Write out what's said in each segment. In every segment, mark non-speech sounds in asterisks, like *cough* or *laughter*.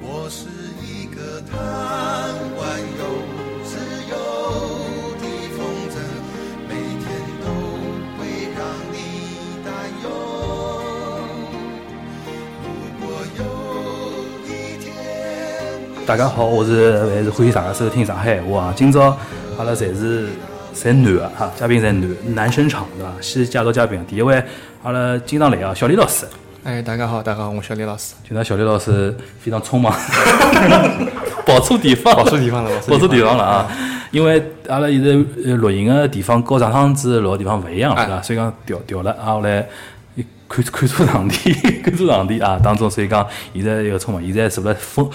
我是一个贪玩又自由的风筝，每天都会让你担忧。如果有一天，大家好，我是还是欢迎大家收听上海话啊。今朝阿拉侪是侪男的哈，嘉宾侪男男声场对伐？先介绍嘉宾，第一位阿拉经常来啊，小李老师。哎，大家好，大家好，我小李老师。就拿小李老师非常匆忙， *laughs* 跑错地方了，跑错地方了跑跑错错地地方方了啊！因为阿拉现在呃录音个地方和上趟子录个地方勿一样，哎是吧？所以讲调调了，啊，后来看 *laughs* 看错场地，看错场地啊，当中所以讲现在要匆忙，现在是不是风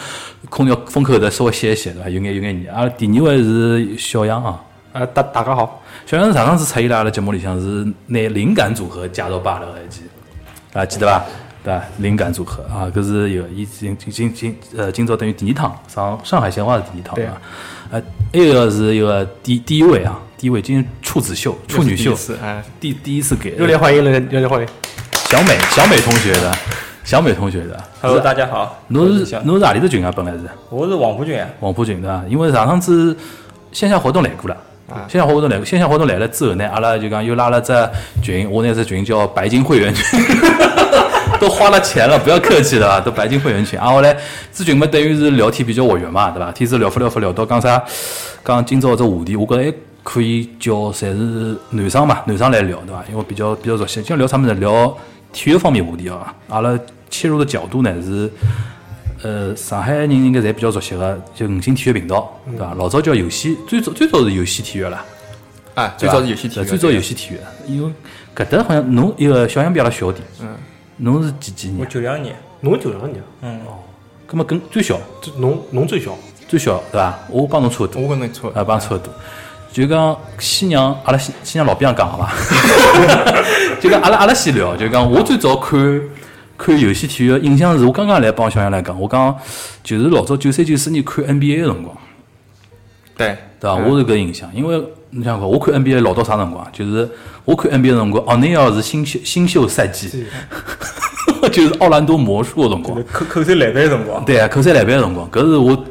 空调风口头稍微歇一歇对伐？有眼有眼热。阿拉啊第二位是小杨啊，呃，大大家好，小杨上趟子出现辣阿拉节目里向是拿灵感组合介绍罢了一期，啊，记得伐？对伐？灵感组合啊，搿是有伊今今今今呃，今朝等于第一趟上上海闲话是第一趟对啊，呃，还有一个是一个第第一位啊，第一位今天处子秀、处女秀又，是第一次哎，第第一次给热烈欢迎，热烈热烈欢迎。小美小美同学的，小美同学的， Hello，大家好，侬我是小侬是何里只群啊？本来是我是黄浦军，黄埔群对伐？因为上趟子线下活动来过了。线下活动来，过，线下活动来了之后呢，阿拉就讲又拉了只群，我那只群叫白金会员 *laughs* 群，都花了钱了，不要客气了，都白金会员群。啊，后来咨询嘛，等于是聊天比较活跃嘛，对伐？天时聊发聊发聊到讲啥，讲今朝这话题，我觉着还可以叫侪是男生嘛，男生来聊对伐？因为比较比较熟悉，今朝聊啥物事？聊体育方面话题啊，阿拉切入的角度呢是。呃，上海人应该侪比较熟悉个，就五星体育频道，嗯对伐？老早叫游戏，最早最早是游戏体育啦，哎，对最吧早是游戏体育，最早游戏体育，因为搿搭好像侬一个小杨比阿拉小点，嗯，侬是几几我年？九两年，侬九两年，嗯，葛末跟最小这侬侬最小，最小对伐？我帮侬差勿多，我跟侬错，啊，帮侬差勿多。就讲先让阿拉先先让老毕样讲好伐？ *laughs* 就讲阿拉阿拉先聊，就讲我最早看看游戏体育的印象是我刚刚来帮小杨来讲，我讲就是老早九三九四年看 NBA 个辰光。对，对伐？我是搿印象，因为你想看，我看 NBA 老到啥辰光啊？就是我看 NBA 的辰光，奥内尔是新秀新秀赛季， *laughs* 就是奥兰多魔术的辰光。口口水来杯辰光，对啊，口水来杯的辰光，搿是我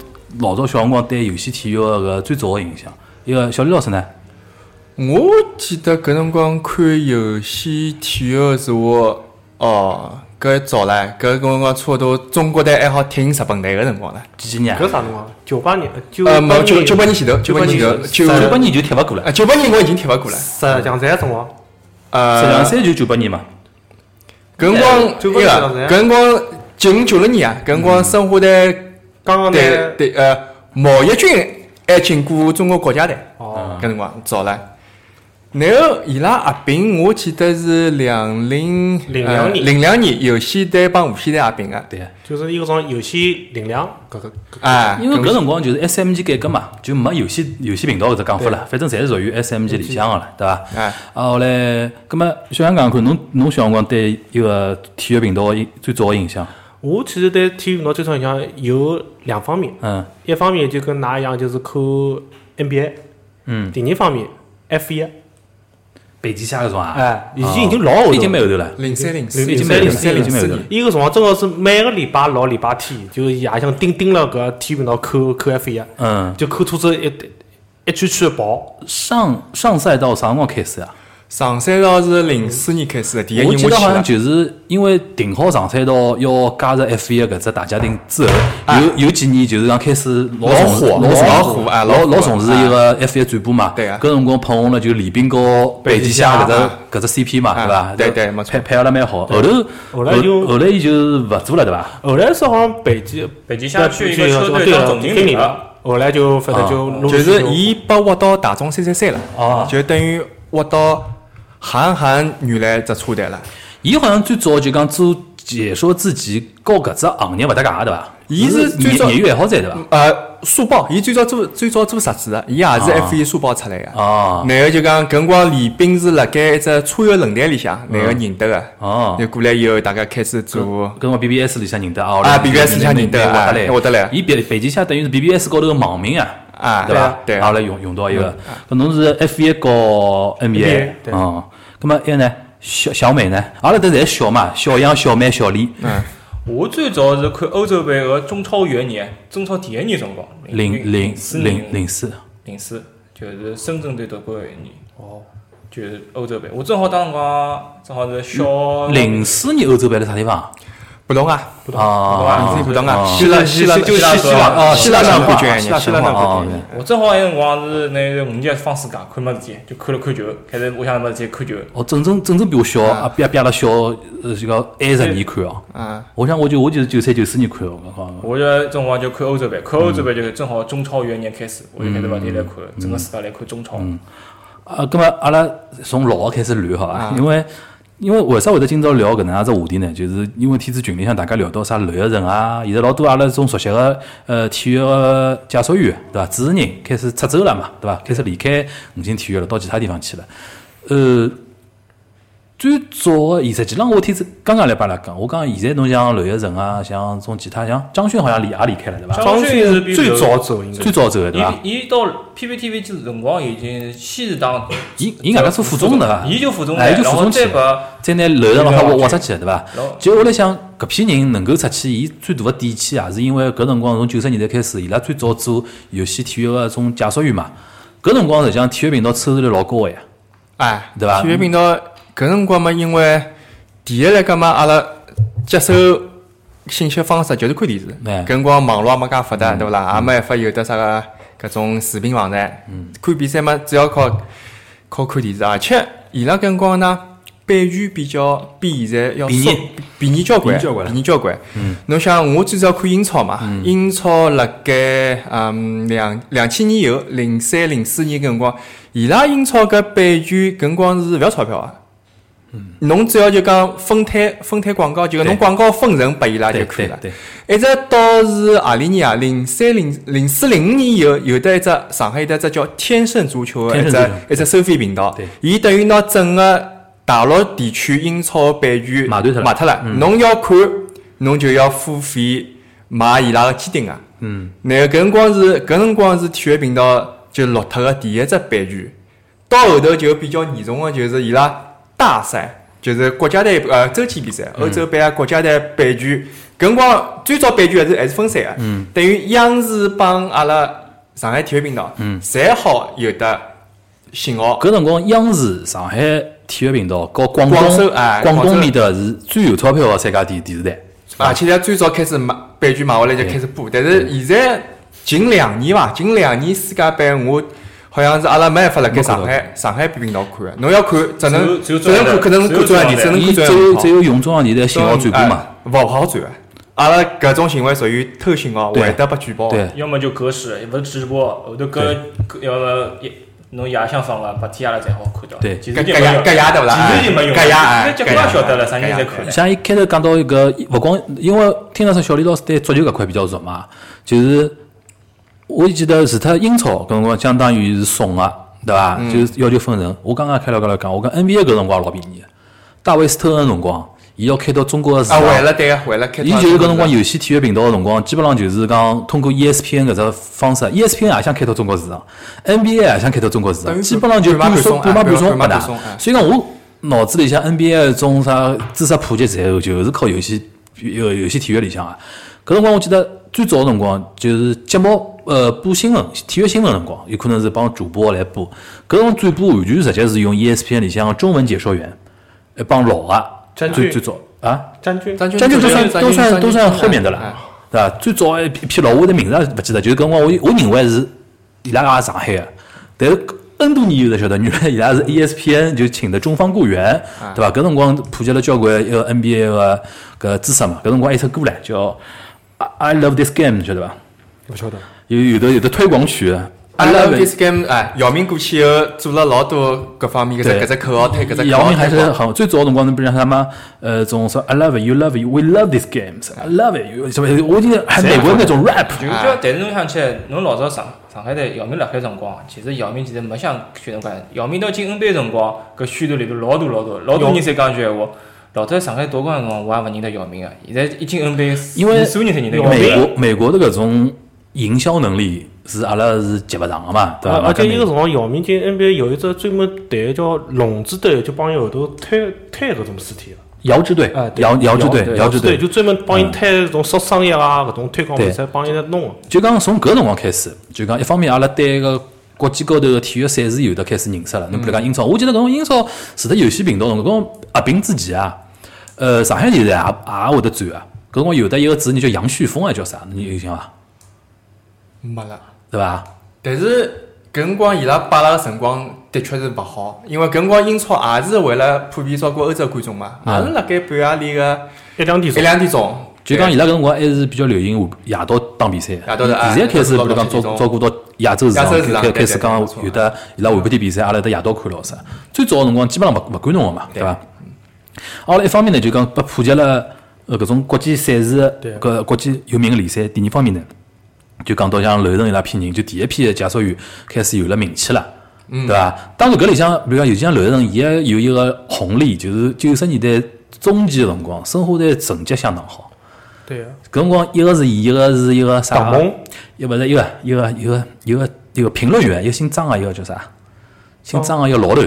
老早小辰光对游戏体育个最早的印象。一个小李老师呢，我记得搿辰光看游戏体育的是我哦，搿还早唻，搿辰光差不多中国队还好踢赢日本队个辰光唻。几几年啊？搿啥辰光？九八年，呃九哎呃，八没九年九八年前头，九八年前头，九九八九八年就踢勿过啊了，九八年我已经踢勿过了。十强赛辰光，十两啊呃，啊三就九八年嘛。搿辰光对个，九八年搿辰光九五九六年啊，搿辰嗯光申花队刚刚对呢？对呃，毛一军还进过中国国家队，哦，搿辰光早了。然后伊拉合并，我记得是两零呃零两年零两年有线队帮无线队合并个，对啊，就是一个种游戏力量，搿个哎，因为搿辰光就是 SMG 改革嘛，就没游戏游戏频道搿只讲法了，反正侪是属于 SMG 里向个了，对伐？哎，啊，后来，葛么小杨讲看，侬侬小辰光对一个体育频道的印最早的印象，我其实对体育脑最早印象有两方面，嗯一方面就跟㑚一样，就是看 NBA，嗯，第二方面 F 一，北极虾搿种啊，哎，已经已经老后头了已经蛮后头了，零三零四已经零蛮后头三零了，四已零经蛮后头了。伊个辰光真个是每个礼拜六、礼拜天，就是夜里向盯盯了搿体育频道看看 F 一，嗯，就看车子一一圈圈的跑。上上赛道啥辰光开始啊？上赛道是零四年开始的，第一年我记去得好像了，就是因为定好上赛道要加入 F 一搿只大家庭之后，有有几年就是讲开始老哎老重火老重老火哎老老火老重视一个 F 一转播嘛。对啊搿辰光捧红了就李斌和北极虾搿只搿只 CP 嘛，啊对伐？对对没错配配合了蛮好。后头后来就后来伊就是勿做了，对伐？后来是好像北极北极下去一个车队对当总经经理了，啊了，后来就反正就陆就续是伊被挖到大众三三三啊了，就等于挖到韩寒原来只车队了。伊好像最早就讲做解说自己和搿只行业勿搭界对伐？伊是最早业业余爱好者对伐？呃，书包，伊最早做最早做杂志的，伊也是 F 一书包出来的。啊然后就讲，搿辰光李斌是辣盖一只车友论坛里向，然后认得个。嗯哦就过来以后，大家开始做。跟我 BBS 里向认得啊，啊 BBS 里向认得我啊得来，我得来伊北北极下等于是 BBS 高头个网名啊，啊对伐？对啊对啊嗯后来用用到一个，搿侬是 F 一和 NBA， NBA 对嗯，葛末埃呢？小小美呢？阿拉都侪小嘛，小杨、小美、小李。嗯，我最早是看哦欧洲杯和中超元年，中超第一年辰光，零零零四零年零四，零四，就是深圳对德国一年。哦，就是欧洲杯，我正好当辰光正好是小零四年欧洲杯在啥地方？不懂啊，啊，你不懂啊，哦希腊希腊就希腊希腊啊，希腊神上话冠军，希希腊腊神上话冠哦军，我正好有辰光是那个五年放暑假看没事体，就看了看球，开始我想没事体看球。哦，整整整整比我小啊，比比阿拉小，呃，就讲挨十年看哦。嗯，我想我就我就是九三九四年看啊的，我讲我就辰光就看欧洲杯，看欧洲杯就是正好中超元年开始，我就开始勿停来看，整个世界来看中超。啊，咁么阿拉从老的开始聊好伐？啊因为因为为啥会得今朝聊搿能样子话题呢？就是因为天子群里向大家聊到啥刘一成啊，现在老多阿拉种熟悉个呃体育个解说员对伐？主持人开始出走了嘛，对伐？开始离开五金体育了，到其他地方去了。呃，最早的，实际上我天子刚刚来帮阿拉讲，我讲现在侬像刘一成啊，像种其他像张勋好像离也离开了对伐？张张勋勋是是比最刘早走，应该最早走的嗯对伐？啊伊伊到 PPTV 这辰光已经先是当伊伊外加做副总的伐？伊就副总哎，伊就然副后总再去，把再拿楼上把挖挖出去，对伐然后？就我来想，搿批人能够出去，伊最大的底气也是因为搿辰光从九十年代开始，伊拉最早做游戏体育个种解说员嘛。搿辰光实际上体育频道收视率老高个呀，哎，对吧体育频道搿辰光嘛，因为第一来讲嘛，阿拉接收信息方式就是看电视，哎嗯搿辰光网络也没介发达，对勿啦？也没办法有得啥个搿种视频网站，嗯看比赛嘛，只要靠靠看电视，而且伊拉搿辰光呢。版权比较比现在要便宜少便宜交关，便宜交关了嗯便宜交关。侬想，我最早看英超嘛，英超辣盖嗯两两千年以后，零三零四年搿辰光，伊拉英超搿版权搿辰光是勿要钞票啊。侬只要就讲分摊分摊广告，就嗯讲对侬广告分成拨伊啊拉就对可对以了。对，一直到是何里年啊？零三零零四零五年以后，有得一只上海有得一只叫天盛足球的天一盛只足球一只收费频道对，伊等于拿整个大陆地区英超版权买断脱了卖脱了。嗯侬要看，侬就要付费买伊拉个基顶啊。嗯，那搿辰光是搿辰光是体育频道就落脱个第一只版权，到后头就比较严重个就是伊拉大赛，就是国家队呃洲际比赛、嗯欧洲杯啊、国家队版权。搿辰光最早版权还是还是分散个，啊嗯等于央视帮阿拉上海体育频道，嗯侪好有得信号。搿辰光央视上海体育频道和广广州东哎广广东州面的是最有钞票个三家电电视台。啊而且啊在最早开始买版权买下来就开始播，但是现在近两年伐，近两年世界杯我好像是阿拉没办法辣盖上海上海频道看个，啊侬要看只能只有只只有能看可能只有看中央电，只能伊看只中有央只电有用中央电台信号转播嘛，，哎勿好转。阿拉搿种行为属于偷信号，对会得被举报。对，要么就格式，要么直播，后头搿要么也侬夜向放了，白天阿拉才好看到。对其实搿就搿没呀用搿呀对勿啦？其实就没用，搿呀哎，结搿棍呀晓得了，啥搿人呀在看嘞？像伊开头讲到一个，勿光因为听上去小李老师对足球搿块比较熟嘛，就是我记得除脱英超搿辰光相当于是送个、对伐？就是要求分成。我刚刚开头跟侬讲，我讲 NBA 搿辰光老便宜，大卫斯特恩辰光，伊要开到中国个市啊，场。为了对个，为了开伊拓就是市搿辰场光游戏体育频道个辰光，基本上就是讲通过 E ESPN 搿只方式，ESPN ，E 也想开拓中国市场，NBA 也想开拓中国市等场，于基本上就半半马半送送半马哎半送半马搿能半送哎所以讲我脑子里向 NBA 种啥知识普及之后，就是靠游戏游游戏体育里向啊。搿辰光我记得最早个辰光就是节目呃播新闻，体育新闻个辰光，有可能是帮主播来播。搿种转播完全直接是用 E ESPN 里向个中文解说员，一帮老个詹最最俊早啊。詹俊张军将军都算张军都算张军都算后面的哎了，对伐？最早一批批老，我的名字也勿记得，就是搿辰光我我认为是伊拉也是上海个，但是 N 多年以后才晓得，原来伊拉是 E ESPN 就请的中方雇员，哎对伐？搿辰光普及了交关一个 NBA 个搿知识嘛，搿辰光还有一首歌唻，叫 I I Love This Game，晓得伐？不晓得，有有的有的推广曲的 I love it this game！哎，姚明过去以后做了老多各方面搿只对搿只口号推搿只口姚号明还推是广。很最早的辰光，侬比如像他们呃，种说 I love it, you love it, we love these games, I love it, you 什么，我记得还美国那种 rap，就叫，但是侬想起来，侬老早上上海队姚明辣海辰光，其实姚明其实没想选侬讲，姚明到进 NBA 辰光，搿宣传力度老大老大，老多人侪讲句闲话。老早上海夺冠辰光，我也勿认得姚明啊，现在一进 NBA，因为所有人侪认得姚美明。国美国的搿种营销能力是阿拉是及勿上的嘛，啊对伐？啊而且搿伊个美辰光姚明进 NBA 有一只专门队叫龙之队，就帮伊后头推推搿种事体了。姚支队哎，对姚姚支姚队，对姚支队对，，就专门帮伊推搿种商商业啊，搿种推广对比赛，帮伊来弄。就讲从搿辰光开始，就讲一方面阿拉对个国际高头个体育赛事有得开始认识了。侬比如讲英超，我记得搿种英超除脱游戏频道，搿种合并之前啊，呃，上海电视也也会得转啊。搿辰光有得一个主持人叫杨旭峰，还啊叫啥？你有印象伐？没了。对伐？但是搿辰光伊拉摆拉个辰光的确是勿好，因为搿辰光英超也是为了普遍照顾欧洲观众嘛，也嗯是辣盖半夜里个一两点一钟，两点钟。就讲对伊拉搿辰光还是比较流行夜到打比赛，现夜到是啊在开始比如讲照夜到照顾到亚洲市场亚洲市场开对开始对讲没错有的伊拉下半天比赛，阿拉得夜到看咯啥。最早个辰光基本上勿勿管侬个嘛，对伐？阿拉一方面呢就讲拨普及了呃搿种国际赛事对的搿国际有名个联赛，第二方面呢就讲到像楼层伊拉批人，就第一批个解说员开始有了名气了。嗯对伐？当然，搿里向，比如讲，尤其像刘仁，伊也有一个红利，就是九十年代中期个辰光，申花队成绩相当好。对啊，搿辰光一个是伊，一个是一个啥？唐蒙，一勿是一个一个一个一个一个评论员，一个姓张个一个叫啥？姓张个一个老头，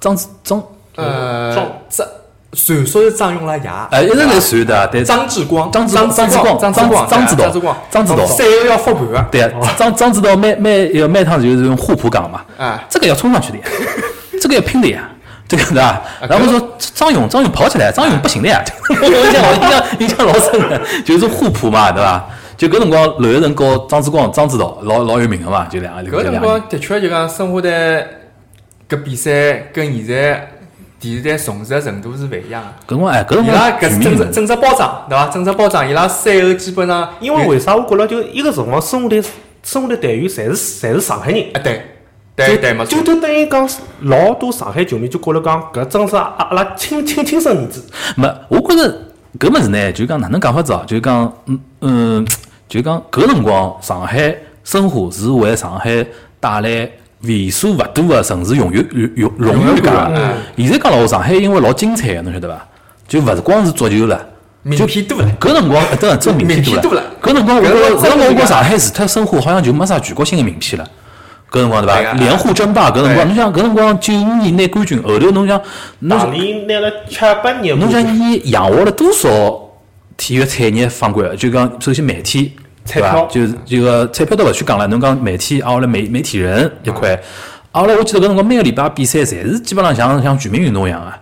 张子张，呃张，张，传说是张永来爷，哎，一直在传的，对，张志光，张志张张志光，光张志光，张志对啊道张志光，张志道赛后要复盘个，对啊张张指导每每一个每趟就是用互补讲嘛，哎，这个要冲上去的呀， *laughs* 这个要拼的呀，这个对吧？然后说张勇，张勇跑起来，张勇不行的呀， *laughs* 印象老印象印象老深的，就是互补嘛，对吧？就搿辰光，娄烨人和张志光、张指导老老有名个嘛，就两个搿就辰两个人。光的确就讲申花队搿比赛跟现在电视台重视个程度是勿一样个。搿辰光哎，搿辰伊拉光搿全是民政运治动政治包装，对伐？政治包装，伊拉赛后基本上因为为啥我觉着就一个辰光，生活队生活队队员侪是侪是上海人。啊对对对没就错，就等于讲，老多上海球迷就觉着讲，搿真是阿阿拉亲亲亲生儿子。没，我觉着搿物事呢，就讲哪能讲法子哦？就讲嗯嗯，就讲搿辰光上海申花是为上海带来为数勿多的城市荣誉荣荣荣誉感嗯的。现在讲老实话上海因为老精彩的，侬晓得伐？就勿是光是足球了。名片多了。搿辰光，呃真的真名名片片多多了了。搿辰光，我觉搿辰着，搿光辰光我真的觉着是搿上海除脱申花，好像就没啥全国性的名片了。搿辰光对对伐？啊连户争霸搿辰光，侬想搿辰光九五年拿冠军，后头侬想，侬大想连拿了七八年侬冠想军，伊养活了多少体育产业放归？就讲首先媒体，彩对伐票就是这个彩票倒勿去讲了。侬讲媒体，啊挨下来媒媒体人一块，嗯挨下来我记得搿辰光每个礼拜比赛，侪是基本上像像全民运动一样啊。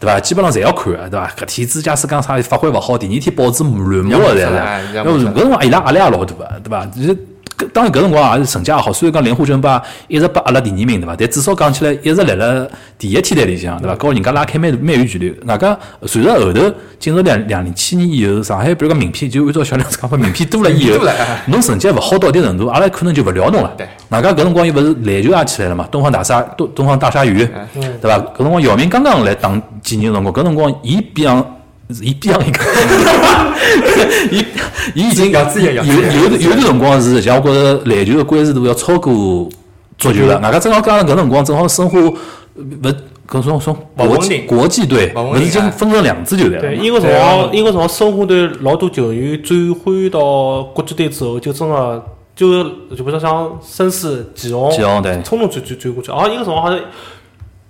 对伐？基本上侪要看个，对伐？搿天子假使讲啥发挥勿好，第二天报纸乱骂了，侪要骂是出来。要嗯要不是搿辰骂出来光伊哎拉压力也老大啊个，对伐？就是搿当然搿辰光也是成绩也好，虽然讲连户争霸一直拨阿拉第二名，对伐？但至少讲起来一直辣辣第一梯队里向，对嗯伐？跟人家拉开蛮蛮远距离。外加随着后头进入两两零七年以后，上海比如讲名片，就按照小亮子讲法，名片多了以名片后多了哎，侬成绩勿好到一定程度，阿拉可能就勿聊侬了。对外加搿辰光又勿是篮球也起来了嘛，东方大鲨东东方大鲨鱼，嗯对伐？搿辰光姚明刚刚来打几年的辰光，搿辰光伊比上伊比上一个，伊伊已经咬字也咬字有也有的有的辰光是，像我觉着篮球的关注度要超过足球嗯了。外加正好加上搿辰光正好申花勿搿种从勿国稳际定国际队，勿稳勿是已定经啊分成两支球队了对，嘛。一个辰对啊光，一个辰光，申花队老多球员转会到国际队之后，就真个就就比如说像申世、季红、季红对冲冲转转转过去，啊，一个辰光好像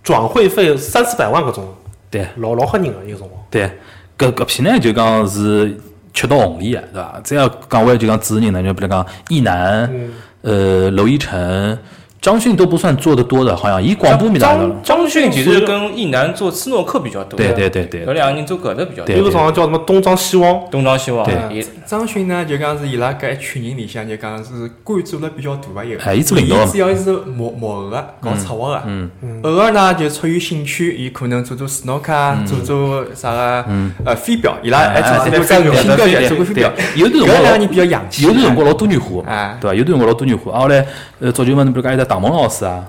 转会费三四百万搿种，对。老老吓人啊个一个辰光。对，搿搿批呢就讲是吃到红利个，对伐？再要讲回来就讲主持人呢，就比如讲易楠、嗯呃娄艺晨、张迅都不算做的多的，好像以广播面来了张。张迅其实跟易楠做斯诺克比较多，对对对对有两个人做搿个比较对多一。个辰光叫什么东张西望，东张西望对，也张勋呢，就讲是伊拉搿一群人里向，就讲是关注了比较大个一个。哎伊做领导嘛伊主要是幕幕后个，搞策划个。啊嗯。偶尔呢，就出于兴趣，伊可能做做 snooker 啊，做做啥个呃飞镖，伊拉还做过哎飞镖，飞镖哎也做过飞镖。有的辰搿光两老个人比较洋气。有的辰光老多元化嘛哎，对伐？有的辰光老多元化。啊，后来呃，足球嘛，比如讲有得唐蒙老师啊，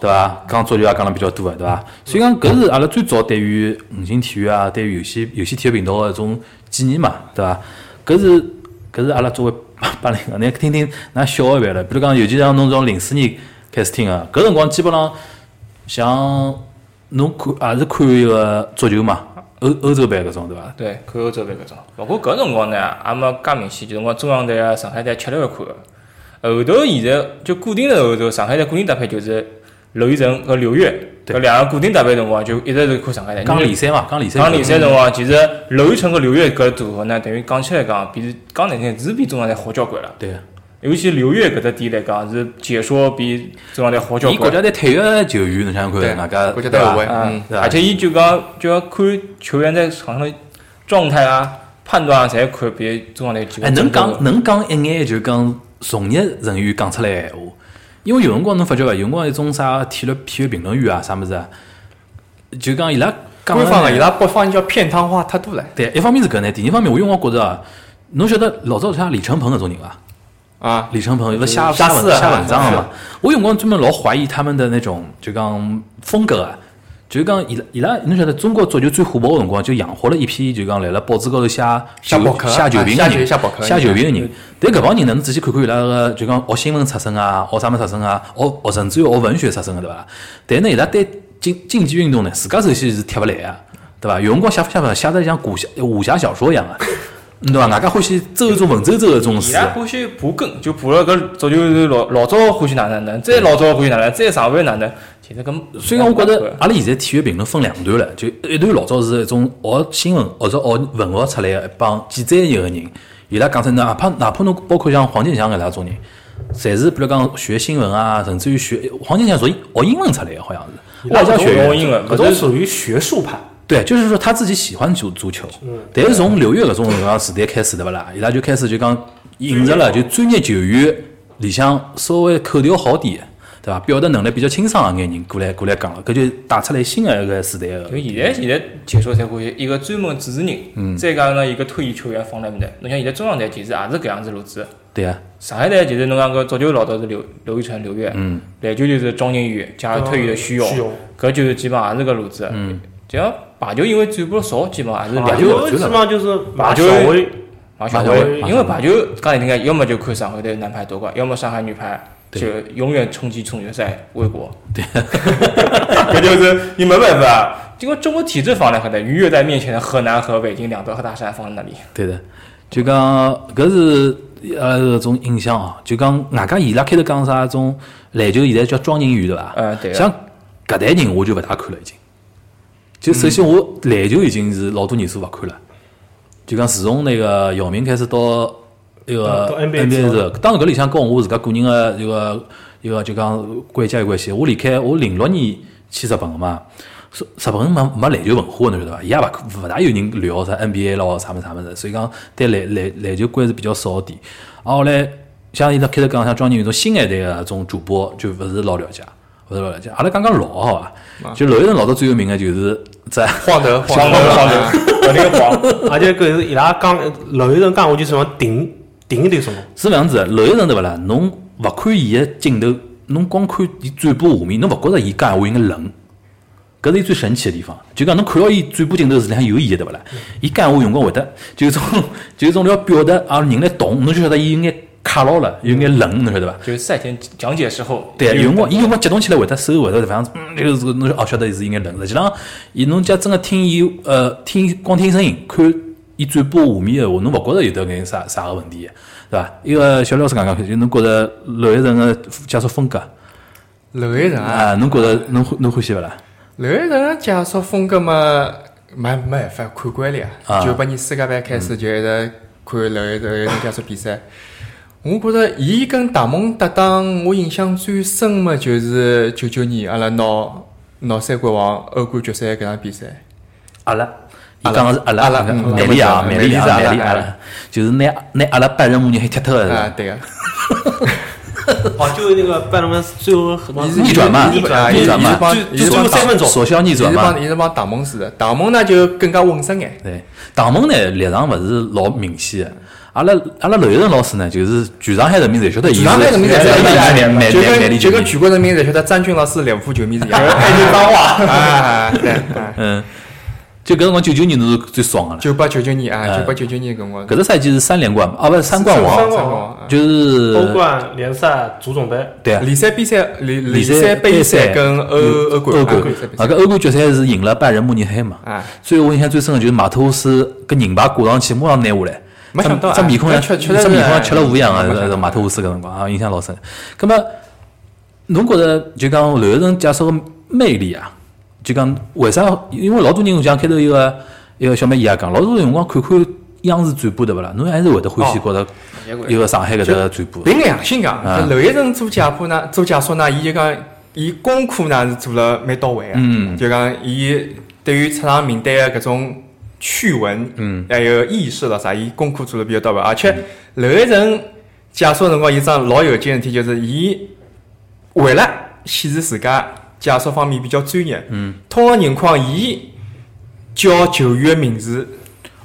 对伐？讲足球也讲了比较多个，对伐？所以讲搿是阿拉最早对于五星体育啊，对于游戏游戏体育频道个一种纪念嘛，对伐？搿是搿是阿拉作为八八零后，㑚听听㑚小一辈了，比如讲，尤其像侬从零四年开始听个，搿辰光基本上像侬看也是看一个足球嘛，欧欧洲杯搿种，对伐？对，看欧洲杯搿种。勿过搿辰光呢，也没介明显，就辰光中央队啊、上海队吃力个看个。后头现在就固定了后头，上海队固定搭配就是娄艺晨和刘越搿两个固定搭配辰光，就一直是看上海哎队。刚联赛嘛，刚联赛，讲联赛辰光，其实娄艺晨和刘越搿组合呢，等于讲起来讲，比讲难听，是比中场队好交关了。对个。尤其刘越搿只点来讲，是解说比中场队好交伊国关。家队退役的球员，侬想想看，对哪家国家对队吧后卫嗯嗯，啊对吧而且伊就讲就要看球员在场上的状态啊、判断啊，侪看比中场队几个哎，能更多讲能讲一眼就讲从业人员讲出来的闲话，因为有辰光侬发觉伐？有辰光一种啥体育体育评论员啊，啥物事啊，就讲伊拉讲官方的啊，呢伊拉北方叫片汤话太多了对，一方面是搿能，第二方面我有辰光觉着啊，侬晓得老早像李承鹏搿种人伐？啊。李承鹏，伊拉写瞎写撕文啊写文章的嘛。 *laughs* 我有辰光专门老怀疑他们的那种就讲风格啊，就讲伊拉伊拉，侬晓得中国足球最火爆的辰光，就养活了一批就讲来了报纸高头写写博球客写球评啊的写人，写博客写球评的人。但搿帮人呢，侬仔细看看伊拉个就讲学新闻出身啊，学啥物事出身啊，学学甚至于学文学出身的对伐？但呢，伊拉对竞竞技运动呢，自家首先是踢勿来啊，对伐？有辰光写写文写得像武侠武侠小说一样啊， *laughs* 对伐？外加欢喜周周文周周的种伊事拉啊。欢喜爬梗，就爬了搿足球是老老早欢喜哪能能，再老早欢喜哪能，再上回哪能，其实搿所以讲，我觉得啊阿拉现在体育评论分两段了，就一段老早是一种学新闻或者学文学出来的一帮记者一个人，伊拉讲出哪怕哪怕侬包括像黄健翔搿两种人，侪是比如讲学新闻啊，甚至于学黄健翔属于学英文出来的，好像是外交学老院。英文，搿搿种种属于学术派，对，就是说他自己喜欢足足球，但是从刘越搿种辰光时代开始，对勿啦？伊拉就开始就讲引入了就专业球员里向稍微口条好点的，对伐？表达能力比较清爽一眼人过来过来讲了，搿就带出来新的一个时代的。就现在现在解说才会有一个专门主持嗯人，再加上一个退役球员放在面搭。侬像现在中场队其实也是搿样子路子。对啊，上海队其实侬讲搿足球老早是刘刘一晨、刘越，嗯篮球就是庄敬宇加嗯上退役的徐徐勇勇，搿就是基本上也是搿路子。嗯，就像排球因为转播少，基本上还是排两球球基本上就是马排球小维，马上马会上会，因为排球刚才听讲，要么就看上海队男排夺冠，要么上海女排就永远冲击总决赛回国。 *laughs* 对，这就是你没办法，因为中国体制放在何的，逾越在面前的河南和北京两座大山放在那里。对的，就讲搿是呃种印象啊，就讲外加伊拉开头讲啥种篮球现在叫庄人员对伐？嗯对啊像搿代人我就勿大看了已经。就首先我篮球已经是老多年数勿看了，就讲自从那个姚明开始到那个呃到 NBA NBA 之后时候，当然搿里向跟我自家个人的一个一个就讲关家有关系。我离开我零六年去日本个嘛，说日本没没篮球文化的，侬晓得伐？伊也勿勿大有人聊啥 NBA 咯啥物啥物事，所以讲对篮篮篮球关注比较少点。啊，后来像伊拉开头讲像庄人有种新一代个种主播就勿是老了解。勿是老了解，阿拉讲讲老好啊伐？就娄艺晨老早最有名个就是在晃头，晃啊头，晃晃头 *laughs* 头，我那个黄，而且搿是伊拉讲娄艺晨讲我就喜欢顶顶一点什么，是搿样子的，娄艺晨对勿啦？侬勿看伊个镜头，侬光看伊转播画面，侬勿觉着伊讲闲话应该冷。搿是伊最神奇个地方，就讲侬看到伊转播镜头是里向有伊个对勿啦？伊讲闲话用光会得，就是种就是种要表达啊人来动，侬就晓得伊有眼卡牢了，有眼冷，侬晓得伐？就是赛前讲解时候，对，有辰光伊有辰光激动起来会得手会得反正嗯，就是侬就哦晓得是应该冷。实际上，伊侬假真个听伊呃听光听声音，看伊转播画面个话，侬勿觉着有得眼啥啥个问题，对伐？一个小廖老师讲讲，就侬觉着娄艺晨个解说风格娄艺晨啊，啊，侬觉着侬欢侬欢喜勿啦？娄艺晨解说风格嘛，没没办法看惯了啊呀。九八年世界杯开始就一直看娄艺晨娄艺晨解说比赛。我觉着伊跟大蒙搭档，我印象最深嘛就是九九年阿拉拿拿三冠王欧冠决赛搿场比赛。阿拉。伊讲个是阿拉，阿拉嗯美丽啊，嗯美丽美丽是啊，阿拉美丽阿阿拉拉，就是拿拿阿拉拜仁慕尼黑踢脱啊个，，对个，哦，就是那个拜仁慕尼黑最后什么伊是逆转嘛伊是啊逆转嘛伊是帮最伊是最后帮三分钟，所向逆伊转是嘛帮。伊是帮大蒙输的，大蒙呢就更加稳哎阵眼。对，唐门呢立场勿是老明显个。阿拉阿拉娄艺晨老师呢，就是全上海人民侪晓得伊是，上海人民侪晓南南得，南啊就南跟里就跟全国人民侪晓得张军老师两副球迷是一哎样的。爱听脏话。啊，对，啊嗯，就搿辰光九九年侬是最爽个了。九八九九年啊，哎九八九九年跟我搿个赛季是三连冠嘛，啊勿是三冠三王，冠三王王，就是呃欧冠、联赛、足总杯，对啊，联嗯赛比赛、联联赛赛杯赛跟欧欧冠欧啊冠联赛比，啊赛搿欧冠决赛是赢了拜仁慕尼黑嘛。啊，所以我印象最深个就是马特乌斯搿人牌挂上去，马上拿下来。没想到啊这面孔像确确实这面孔像是吃了五样没想啊！到马特乌斯搿辰光啊，印象老深。葛么，侬觉着就讲刘晨解说个魅力啊，就讲为啥？因为老多人像开头一个一个小妹伊也讲，老多辰光看看央视哦转播对勿啦？侬还是会得欢喜觉着结果一个上海搿搭转播。凭良心讲，啊刘一成做解剖呢，做解说呢，伊就讲，伊功课呢是做了蛮到位个，啊嗯就讲伊对于出场名单的搿种趣闻，嗯，还有意识了啥，伊功课做了比较到位，而且刘一成解说的辰光，伊桩老有劲的事体就是，伊为了显示自家解说方面比较专业，嗯，通常情况伊叫球员名字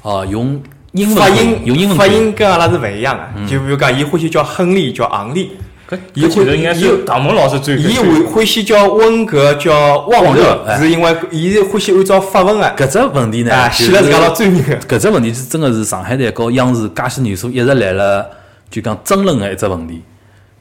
哦，用英文发读音用英文发读音跟阿拉是勿一样嗯的，就比如讲，伊欢喜叫亨利，叫昂利。搿伊搿其会实应该伊是唐蒙老师最伊最会欢喜叫温格叫旺旺热热，哎是因为伊是欢喜按照法文的，搿只问题呢啊，，就显了自家是老专 *laughs* 业的。搿只问题是真个是上海台和央视介些年数一直来了，就讲争论个一只问题，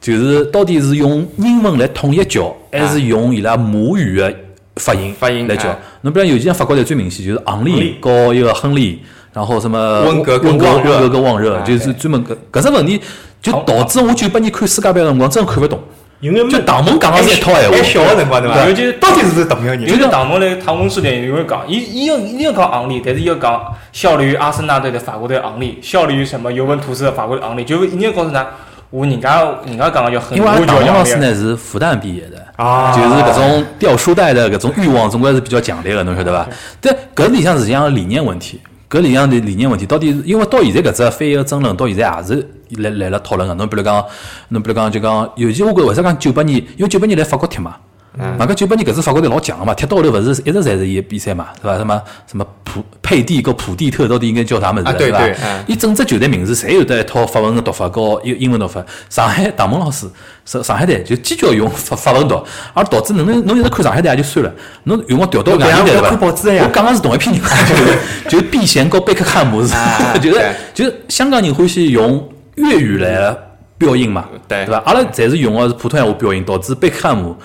就是到底是用英文来统一叫，还是用伊拉母语个发音啊发音来叫啊？侬比如尤其像法国队最明显就是昂利和一个亨利，然后什么温格温跟格旺热温格跟旺热啊，就是对专门搿搿只问题，就导致我九八年看世界杯个辰光真看勿懂，因嗯为就唐蒙讲个是一套闲话还。哎小个辰光对伐？尤其到底是不是同一个因人？为唐蒙来唐蒙斯点有人讲，伊伊要一定要讲昂利，但是伊要讲效力于阿森纳队的法国队昂利，效力于什么尤文图斯的法国队昂利，就是一定要告诉㑚，我人家人家讲的叫很，因为阿我拉就唐蒙要老昂师利。呢是复旦毕业的，啊就是搿种掉书袋的搿种欲望，总归是比较强烈的，侬晓得伐？但搿里向实际上是理念问题，搿里向的理念问题到底是，因为到现在搿只翻译个争论到现在也是来来了讨论个。侬比如讲，侬比如讲就讲，尤其我觉得为啥讲九八年，因为九八年来法国踢嘛。嗯外加九八年搿支法国队老强个嘛，踢到后头勿是一直侪是伊个比赛嘛，对伐？什么什么普佩蒂和普蒂特到底应该叫啥物事啊了，对伐对嗯？伊整只球队名字侪有得一套法文个读法和英英文读法。上海唐蒙老师，上上海队就坚决要用法法文读，而导致侬侬一直看上海队也就算了，侬用我调到外对啊地队对我伐？看报纸的呀我讲个是同一批人， *laughs* 就是就是避嫌和贝克汉姆是啊，就是对就是香港人欢喜用粤语来标音嘛，对对伐？阿拉侪是用个是普通闲话标音，导致贝克汉姆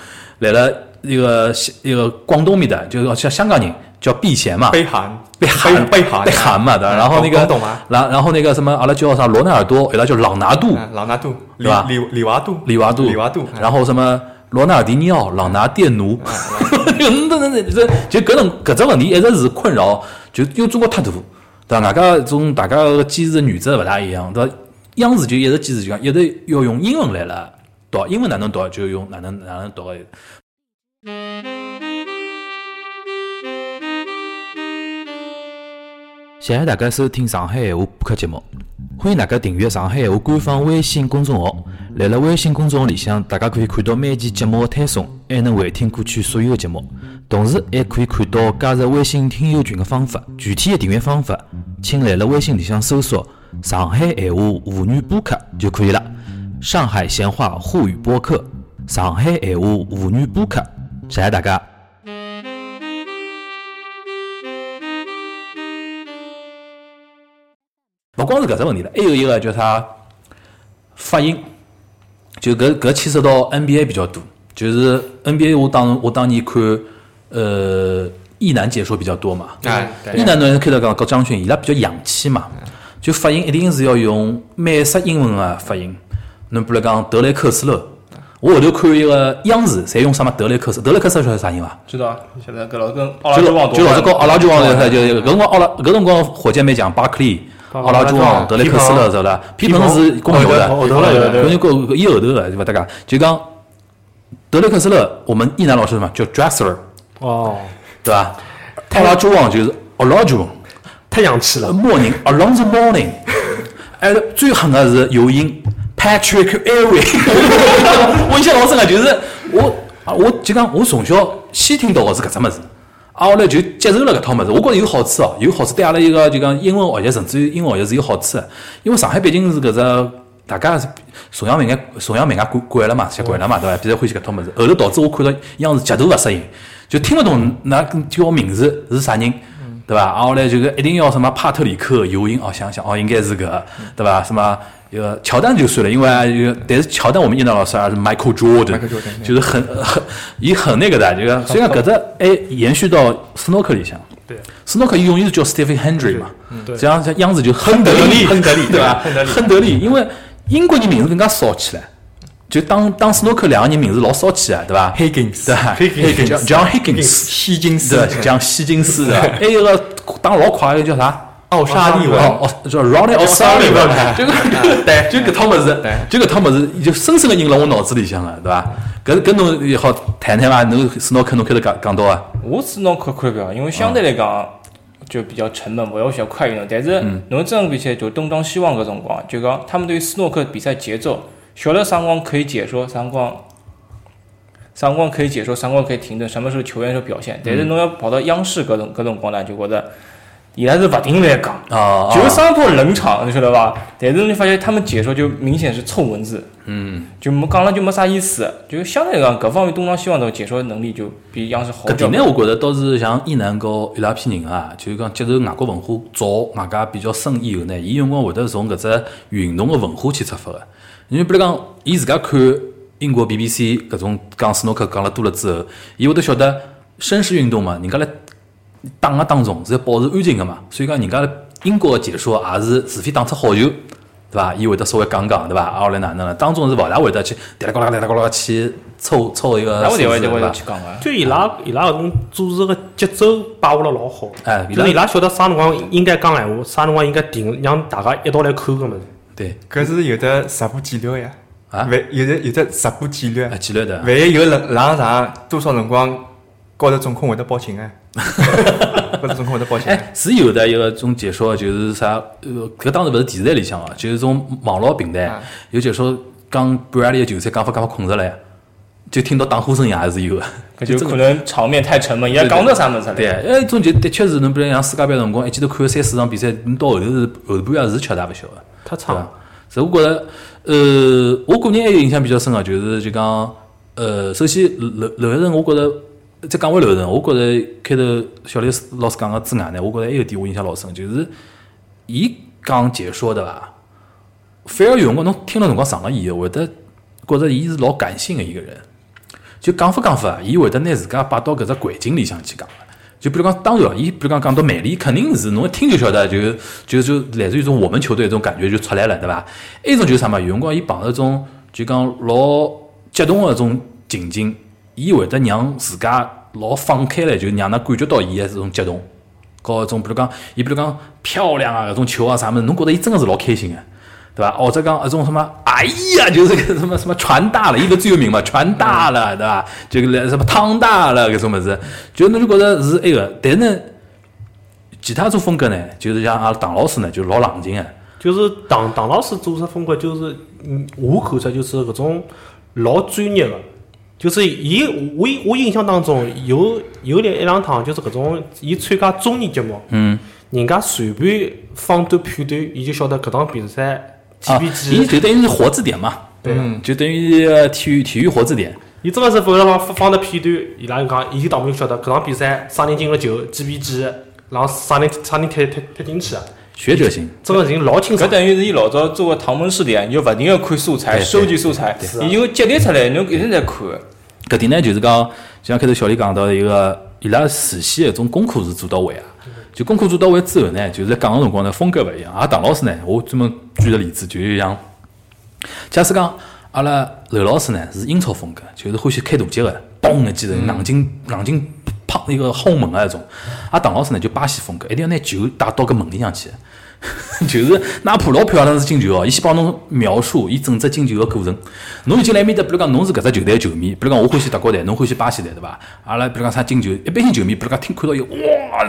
来了一个西一个广东面的，就是像香港人叫避嫌嘛，北韩，被喊北韩，被喊嘛嗯的，然后那个广东嘛，然然后那个什么，阿拉叫啥罗纳尔多，伊拉叫朗拿度、嗯朗拿度，里对吧里里瓦度，里瓦度、里瓦度，然后什么罗纳尔迪尼奥、朗拿电奴， *laughs* 等等等，这就搿种搿只问题一直是困扰，就因为中国太大，对伐？外加种大家个坚持原则勿大一样，对伐？央视就一直坚持就讲，一直要用英文来了读，英文哪能读就用哪能哪能读个。谢谢大家收听上海闲话播客节目，欢迎大家订阅上海闲话官方微信公众号。辣辣微信公众号里向，大家可以看到每期节目的推送，还能回听过去所有的节目，同时还可以看到加入微信听友群的方法。具体的订阅方法，请辣辣微信里向搜索“上海闲话妇女播客”就可以了。上海闲话沪语播客，上海闲话妇女播客，谢谢大家。勿光是搿只问题了，还有一个叫啥发音，就搿搿牵涉到 NBA 比较多，就是 NBA 我当我当年看呃意男解说比较多嘛，哎，伊对呢，侬开头讲搞张军，伊拉比较洋气嘛，嗯就发音一定是要用美式英文的发音。侬比如讲德雷克斯勒，我后头看一个央视，侪用什么德雷克斯，德雷克斯勒晓得啥人伐？知道啊，晓得搿老跟奥拉就朱老旺就老是多搞阿拉就王来，就是搿辰光阿拉搿辰光火箭没讲巴克利、阿拉朱旺、德雷克斯勒是伐？皮蓬是公牛的，后头了后头公牛过伊后头的，对伐？大家就讲德雷克斯勒，我们一男老师嘛叫 Dresser，哦，对伐？阿拉朱旺就是阿拉朱旺。太洋气了， morning around the morning，哎，最狠的是有音 Patrick Airway，我印象老深啊，就是我啊，我就讲我从小先听到的是搿只物事。啊，后来就接受了搿套物事，我觉着有好处哦，有好处对阿拉一个就讲英文学习，甚至于英文学习是有好处的。因为上海毕竟是搿只大家是崇洋媚外，崇洋媚外惯惯了嘛，习惯了嘛，对伐？比较欢喜搿套物事。后头导致我看到央视极度勿适应，就听勿懂㑚叫名字是啥人。对伐？啊，后来就是一定要什么帕特里克尤因哦，想想哦，应该是个，对伐？什么呃，乔丹就算了，因为有但是乔丹我们印象老师还是 Michael Jordan，, Michael Jordan，就是很很也很那个的，这个所以讲搿只哎延续到斯诺克里向，对，斯诺克永远是叫 Stephen Hendry 嘛，嗯对这样像样子 *laughs* 就亨德利，亨德利对吧？亨德利，因为英国人名字更加少起来，就当当斯诺克两个人名字老骚气啊，对伐？ Higgins，对吧 Higgins ，John Higgins，希金斯，对，讲希金斯 *laughs* 的，还哎有一个打老快，一个叫啥？奥沙利文，哦，哦叫 Ronnie O'Sullivan，就搿 *laughs* 对，就搿套物事对，就搿套物事，就深深的印辣我脑子里向了，对伐？搿搿侬也好谈谈伐？侬斯诺克侬开头讲讲到啊，我是拿看看啊表，因为相对来讲就比较沉闷，勿要喜欢快运动。但是侬真个比赛就东张西望搿辰光，就讲他们对于斯诺克比赛节奏，晓得啥辰光可以解说，啥辰光。啥辰光可以解说，啥辰光可以停顿，什么时候球员时候表现。但是侬要跑到央视搿种搿种光呢，就觉得伊拉是勿停来讲，哦，就是三破冷场，你晓得伐？但是你发现他们解说就明显是凑文字，嗯，就没讲了就没啥意思。就相对来讲，各方面东张西望的解说能力就比央视好搿交点关呢，我觉着倒是像伊南和伊拉批人啊，就是讲接受外国文化早，外加比较深以后呢，伊有辰光会得从搿只运动个文化去出发个。因为比如讲，伊自家看英国 BBC 搿种讲斯诺克讲了多了之后，伊会得晓得绅士运动嘛，人家来打个当中是要保持安静个嘛，所以讲人家英国个解说也是，除非打出好球。对伐？伊会得稍微讲讲，对伐？啊，后来哪能了？当中是勿大会得去嘀啦呱啦嘀啦呱啦去凑凑一个那我数字，另外就对会伐？去讲个。就伊拉伊拉搿种组织个节奏把握了老好，哎伊就拉是伊拉晓得啥辰光应该讲闲话，啥辰光应该停，让大家一道来看搿物事。对，搿是有的直播记录呀，啊万有的有的直播记录啊啊，，纪律的。万一有冷冷场，多少辰光高头总控会得报警啊？高头总控会得报警啊。哎，是有的，有一种解说就是啥，呃，搿当然勿是电视台里向啊，就是种网络平台啊有解说讲半夜里有球赛，讲法讲法困着来，就听到打呼声也是有的。搿就可能场面太沉闷，伊拉对讲勿到啥物事 *laughs* 对，来。哎，种就的确是，侬比如像世界杯辰光，一记头看了三四场比赛，侬到后头是后半夜是吃大勿消的。太对长吧了，？所以我觉着，呃，我个人还有印象比较深个，啊就是就讲，呃，首先刘刘刘一成，我觉着，再讲回刘一成，我觉着开头小刘老师讲个之外呢，我觉着还有一点我印象老深，就是伊讲解说啊对伐，反而有辰光侬听了辰光长了以后，会得觉着伊是老感性个一个人。就讲法讲法，伊会得拿自家摆到搿只环境里向去讲。就比如讲，当然，伊比如讲讲到曼联，肯定是侬一听就晓得，就就就来自于一种我们球队一种感觉就出来了，对伐？还有一种就是啥嘛，有辰光伊碰到一种就讲老激动个一种情景，伊会得让自家老放开来，就让㑚感觉到伊个这种激动，搞一种比如讲，伊比如讲漂亮啊，搿种球啊啥物事，侬觉得伊真个是老开心个、对吧？哦或者讲一种什么，哎呀，就是个什么什么船大了，伊个最有名嘛，船大了，对吧？这个来什么汤大了，搿种物事，就侬就觉着是埃个，但是呢，其他种风格呢，就是像阿拉唐老师呢，就老冷静啊个，就是唐唐老师做出风格，就是嗯，我看出就是搿种老专业的，就是伊我我印象当中有有两一两趟，就是搿种伊参加综艺节目，嗯，人家随便放段片段，伊就晓得搿场比赛几啊比，伊几，就等于是活字典嘛， *laughs* 对啊，就等于呃体育体育活字典，伊真个是勿要放放放的片段，伊拉就讲，伊就当面就晓得搿场比赛啥人进了球，几比几，然后啥人啥人踢踢踢进去啊，学者型。真个已经老清楚搿。等于是伊老早做个唐门试点，伊就勿停个看素材，对收集素材，伊就积累出来，侬一直在看。搿点呢，就是讲，就像开头小李讲到一个，伊拉事先一种功课是做到位啊。就功课做到位之后呢，就是讲个辰光呢，风格勿一样。啊，唐老师呢，我专门举个例子，就是像，假使讲阿拉刘老师呢是英超风格，就是欢喜开大脚个，嘣一记头硬劲硬劲砰一个轰门个一种。啊，唐老师呢就巴西风格，一定要拿球带到搿门里向去。 *laughs* 就是哪怕老漂亮是进球哦，伊先帮侬描述伊整只进球个过程。侬已经来面搭，比如讲侬是搿只球队个球迷，比如讲我欢喜德国队，侬欢喜巴西队，对伐？阿拉比如讲啥进球，一般性球迷，比如讲听看到伊哇，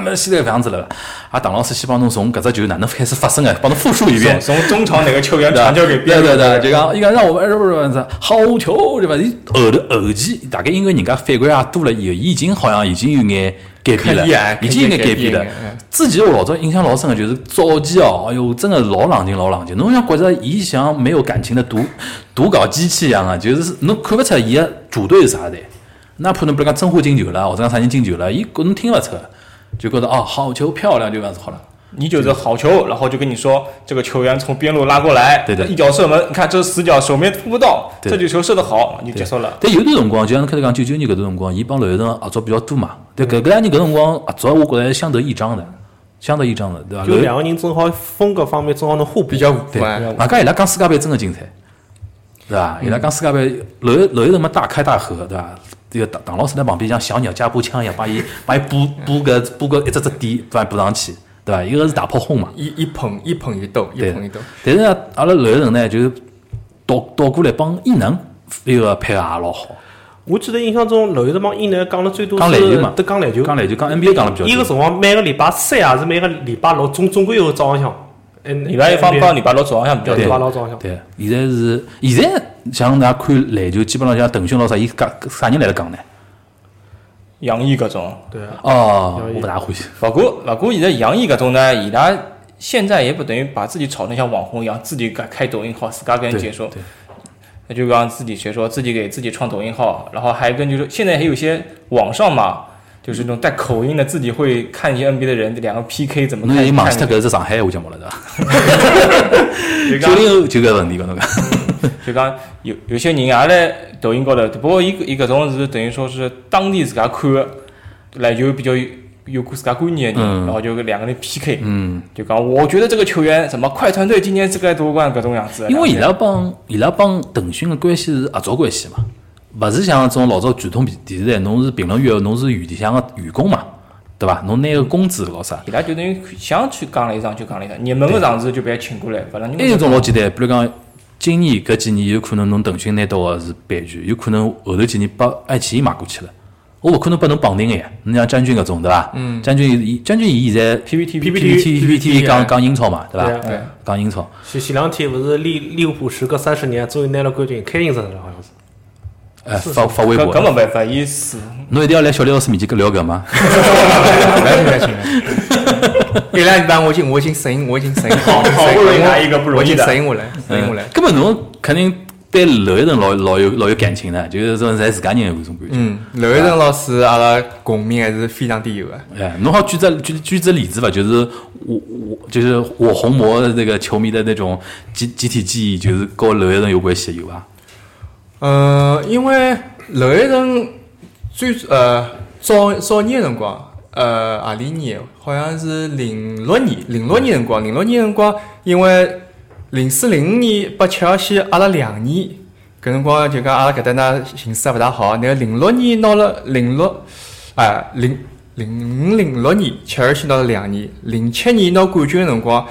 那现在搿样子了，啊，唐老师先帮侬从搿只球哪能开始发生个，帮侬复述一遍从。从中场哪个球员对吧传交给边对路对，对，就讲伊讲让我们是不是啥好球对伐？伊后头后期大概因为人家反馈也多了以后，伊已经好像已经有眼改变可以啊了，已经有眼改变可以改变了了嗯。之前我老早印象老深个就是早期哦，哎哟，真个老冷静老冷静，侬像觉着伊像没有感情的读读稿机器一样啊，就是侬看勿出伊个主队是啥队。哪怕侬比如讲申花进球了，或者讲啥人进球了，伊觉侬听勿出，就觉得哦好球漂亮就搿样子好了。你就是好球，然后就跟你说这个球员从边路拉过来，对的一脚射门，你看这是死角，手没扑不到，对这的球球射得好，你就结束了。但有段辰光，就像侬开头讲九九年搿段辰光，伊帮刘一成合作比较多嘛。对，搿搿两年搿辰光合作，我觉着相得益彰的，相得益彰的，对伐？就刘两个人正好风格方面正好能互补，比较互补对啊，外加伊拉讲世界杯真个精彩，对伐？伊拉讲世界杯楼楼什么大开大合，对伐？这个唐唐老师在旁边像小鸟加步枪一样，把伊把伊补补个补个一只只点，把伊补上去，对伐？一个是大炮轰嘛，一一捧一捧一兜，一对捧一兜。。但是呢，阿拉楼层呢，就是倒倒过来帮伊能那个配合也老好，我记得印象中，娄烨这帮英男讲了最多讲是篮球嘛对讲篮球，讲篮球讲 NBA 讲了比较多伊个辰光每个礼拜三还是每个礼拜六，总总归有个早浪向。嗯，伊拉一方帮帮礼拜六早浪向比较对多。吧？老早向，对，现在是现在像大家看篮球，基本上像腾讯老啥，伊讲啥人来了讲呢？杨毅搿种。对啊，哦要，我不大欢喜。不过不过现在杨毅搿种呢，伊拉现在也不等于把自己炒得像网红一样，自己开开抖音号，自家跟对人解说，对那就让自己学说，自己给自己创抖音号，然后还根据现在还有一些网上嘛，就是那种带口音的，自己会看嗯一些 NBA 的人两个 PK 怎么侬看，已经忘记看脱搿是上海话节目了，对伐？九就讲零后就搿问题搿侬讲。就讲有有些人也来抖音高头，只不过伊伊搿种是等于说是当地自家看的，来有比较有有自家观念的人，嗯然后就两个人 PK，嗯，就讲我觉得这个球员什么快船队今年这个夺冠搿种样子，因为伊两个人拉帮伊拉帮腾讯的关系是合作关系嘛，勿是像种老早传统电电视台，侬是评论员，侬是院里向个员工嘛，对伐？侬拿个工资老啊啥？伊拉就等于想去讲了一场就讲了一场，热门个场子就别请过来，勿然还你有一种老简单，比如讲，今年搿几年有可能侬腾讯拿到个是版权，有可能后头几年把爱奇艺买过去了。我勿可能把侬绑定个呀，侬像将军搿种对伐？嗯，将军伊将军伊现在 PPT PPT PPT 讲讲英超嘛，对对伐啊？对，讲英超，前前两天勿是利利物浦时隔三十年终于拿了冠军，开心死了，好像是。呃，发发微搿博，搿没办法，伊是侬一定要来小李老师面前搿聊搿嘛？来行来行，一两礼拜我已经我已经适应，我已经适应，好好不容易拿一个不我容易的已经适应过来，适应过来。根本呃侬肯定对楼一层老老有老有感情的，就是说侪自家人有搿种感觉。嗯，刘一成老师阿拉共鸣还是非常之有的。哎，侬好举只举举只例子吧，就是我我就是我红魔的这个球迷的那种集集体记忆，就是跟楼一层有关系有伐？嗯，因为刘一成最呃早早年的辰光，呃何里年？好像是零六年，零六年辰光，零六年辰光，因为零四零五年把切尔西压了两年，搿辰光就讲阿拉搿搭呢形势也勿大好，然后零六年拿了零六，啊零零五零六年切尔西拿了两年，零七年拿冠军的辰光。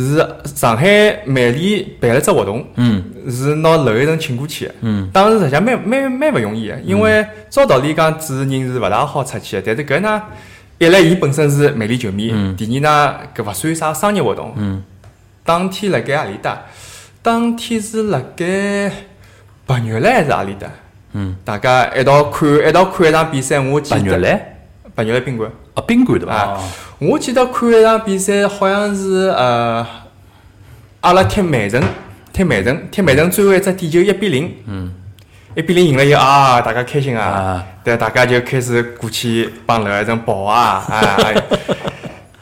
是上海美联办了只活动，嗯，是拿娄一成请过去的。嗯，当时实际上蛮蛮蛮勿容易的，因为照道理讲主持人是勿大好出去的，但是搿呢，一来伊本身是美联球迷，第二呢搿勿算啥商业活动。嗯，当天辣盖阿里搭，当天是辣盖八月来还是阿里搭？嗯，大家一道看一道看一场比赛，我记八得月来八月来宾馆。啊，宾馆对伐啊？，我记得看一场比赛，好像是呃，阿拉踢曼城，踢曼城，踢曼城最后一只点球一比零，嗯，一比零赢了以后啊，大家开心啊啊，对，大家就开始过去帮刘一成抱啊，啊，哎 *laughs*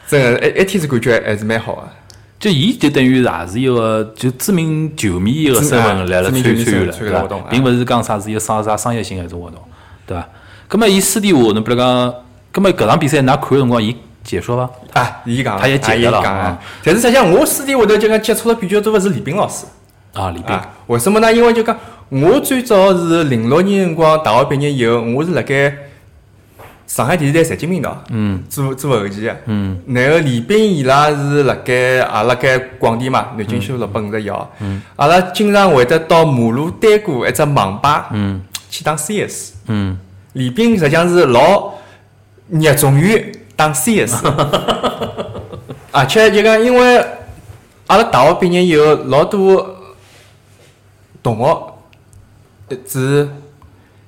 真的，哎一一天子感觉还是蛮好啊的。就伊就等于也是一个就知名球迷一个身份来了知名参球迷参与了，参与对活伐动？啊并勿是讲啥是一个商啥商业性的一种活动，对伐？葛末伊私底下，侬比如讲，葛末搿场比赛㑚看个辰光，伊解说伐？啊，伊讲了，他也解啊伊释了讲啊啊。但是实际上，我私底下头就讲接触的比较多的是李斌老师。啊，李斌啊，为什么呢？因为就讲我最早是零六年辰光大学毕业以后，我是辣盖上海电视台财经频道，嗯，做做后期的，嗯，然后李斌伊拉是辣盖也辣盖广电嘛，南京西路六百五十一号，嗯，阿拉经常会得到马路对过一只网吧，嗯，去打 CS，嗯，李斌实际上是老热衷于打 CS，而且就讲因为阿拉大学毕业以后，老多同学呃只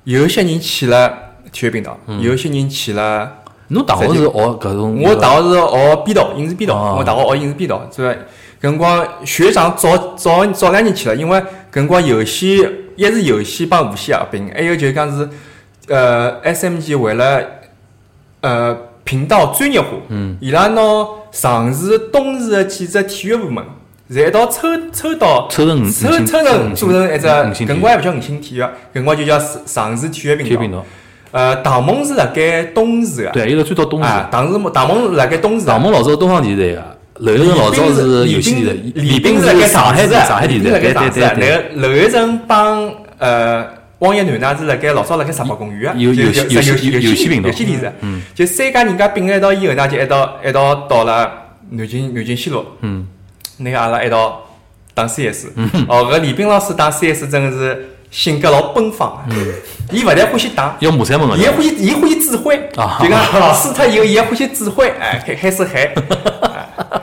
有些人去了体育频道，有些人去了。侬大学是学哦搿种？我大学是学编导，影视编哦导，我大学学影视编导，所以搿辰光学长早早早两年去了，因为搿辰光游戏一是游戏帮无线合并，还有就是讲是呃 SMG 为了呃频道专业化，嗯，伊拉拿上市、东市的几只体育部门，侪一道抽抽到抽成五抽五星抽成做成一只，五星搿体育辰光还勿叫五星体育，搿辰光就叫上市体育体育频频道。道，呃，唐蒙是辣盖东市个，对，伊拉最到东市。啊，唐是唐蒙是辣盖东市的。唐蒙老早东方电视台个，娄烨老早是游戏的，李斌斌是盖上海的，的，上海地是的，对对盖上对海对。那个娄烨正帮呃汪一楠呢是辣盖老早辣盖石博公园啊，有就有就有游有有游戏戏嗯频道游戏电视，就三家人家并了一道以后呢，就一道一道到了南京南京西路，嗯，那个阿拉一道打 CS，哦，搿李斌老师打 CS 真的是性格老奔放啊，嗯伊勿但欢喜打。要马三门个伊也欢喜，伊也欢喜指挥，啊就讲输脱以后，伊也欢喜指挥，哎，开开 *laughs* 始喊，哎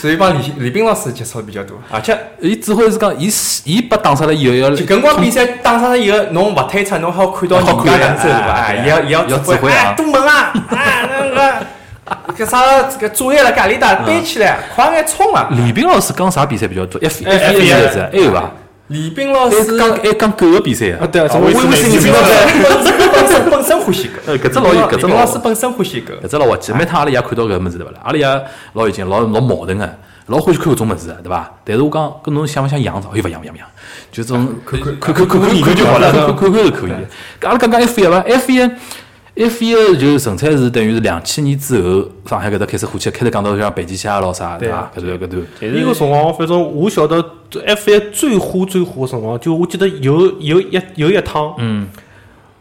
所以帮李李斌老师接触比较多，而且伊只会是讲，伊是伊被打出来以后要就搿辰光比赛打上了以后，侬勿退出，侬好看到好人看哎家哪能走路啊，哎哎也要也要要指指挥挥，啊哎，堵门啊，哎，那个搿啥这个作业辣搿里嗯搭背起来，快眼冲啊！李斌老师讲啥比赛比较多？F 哎 F 一啊 F1 还是还有伐？李斌老还师哎讲还讲狗个比赛啊，啊？对啊，我从微信里李斌面老师本身本身欢喜搿，呃搿只老有搿只李斌老老师本身欢喜搿。搿只老滑稽，每趟阿拉爷看到搿物事对勿啦？阿拉爷老有劲，老老矛盾个，老欢喜看搿种物事个，对伐？但是我讲搿侬想勿想养着？哎，勿养勿养勿养，就这种 *laughs* 看看看看看看就好了，看看看是可以的。阿拉讲讲 F 一伐？F 一 F 一就纯粹是等于是两千年之后，上海搿搭开始火起来，开始讲到像北极虾咯啥，对啊伐？搿段搿段，其伊个实辰光，反正我晓得 F 一最火最火个辰光，就我记得有有一有一趟，嗯，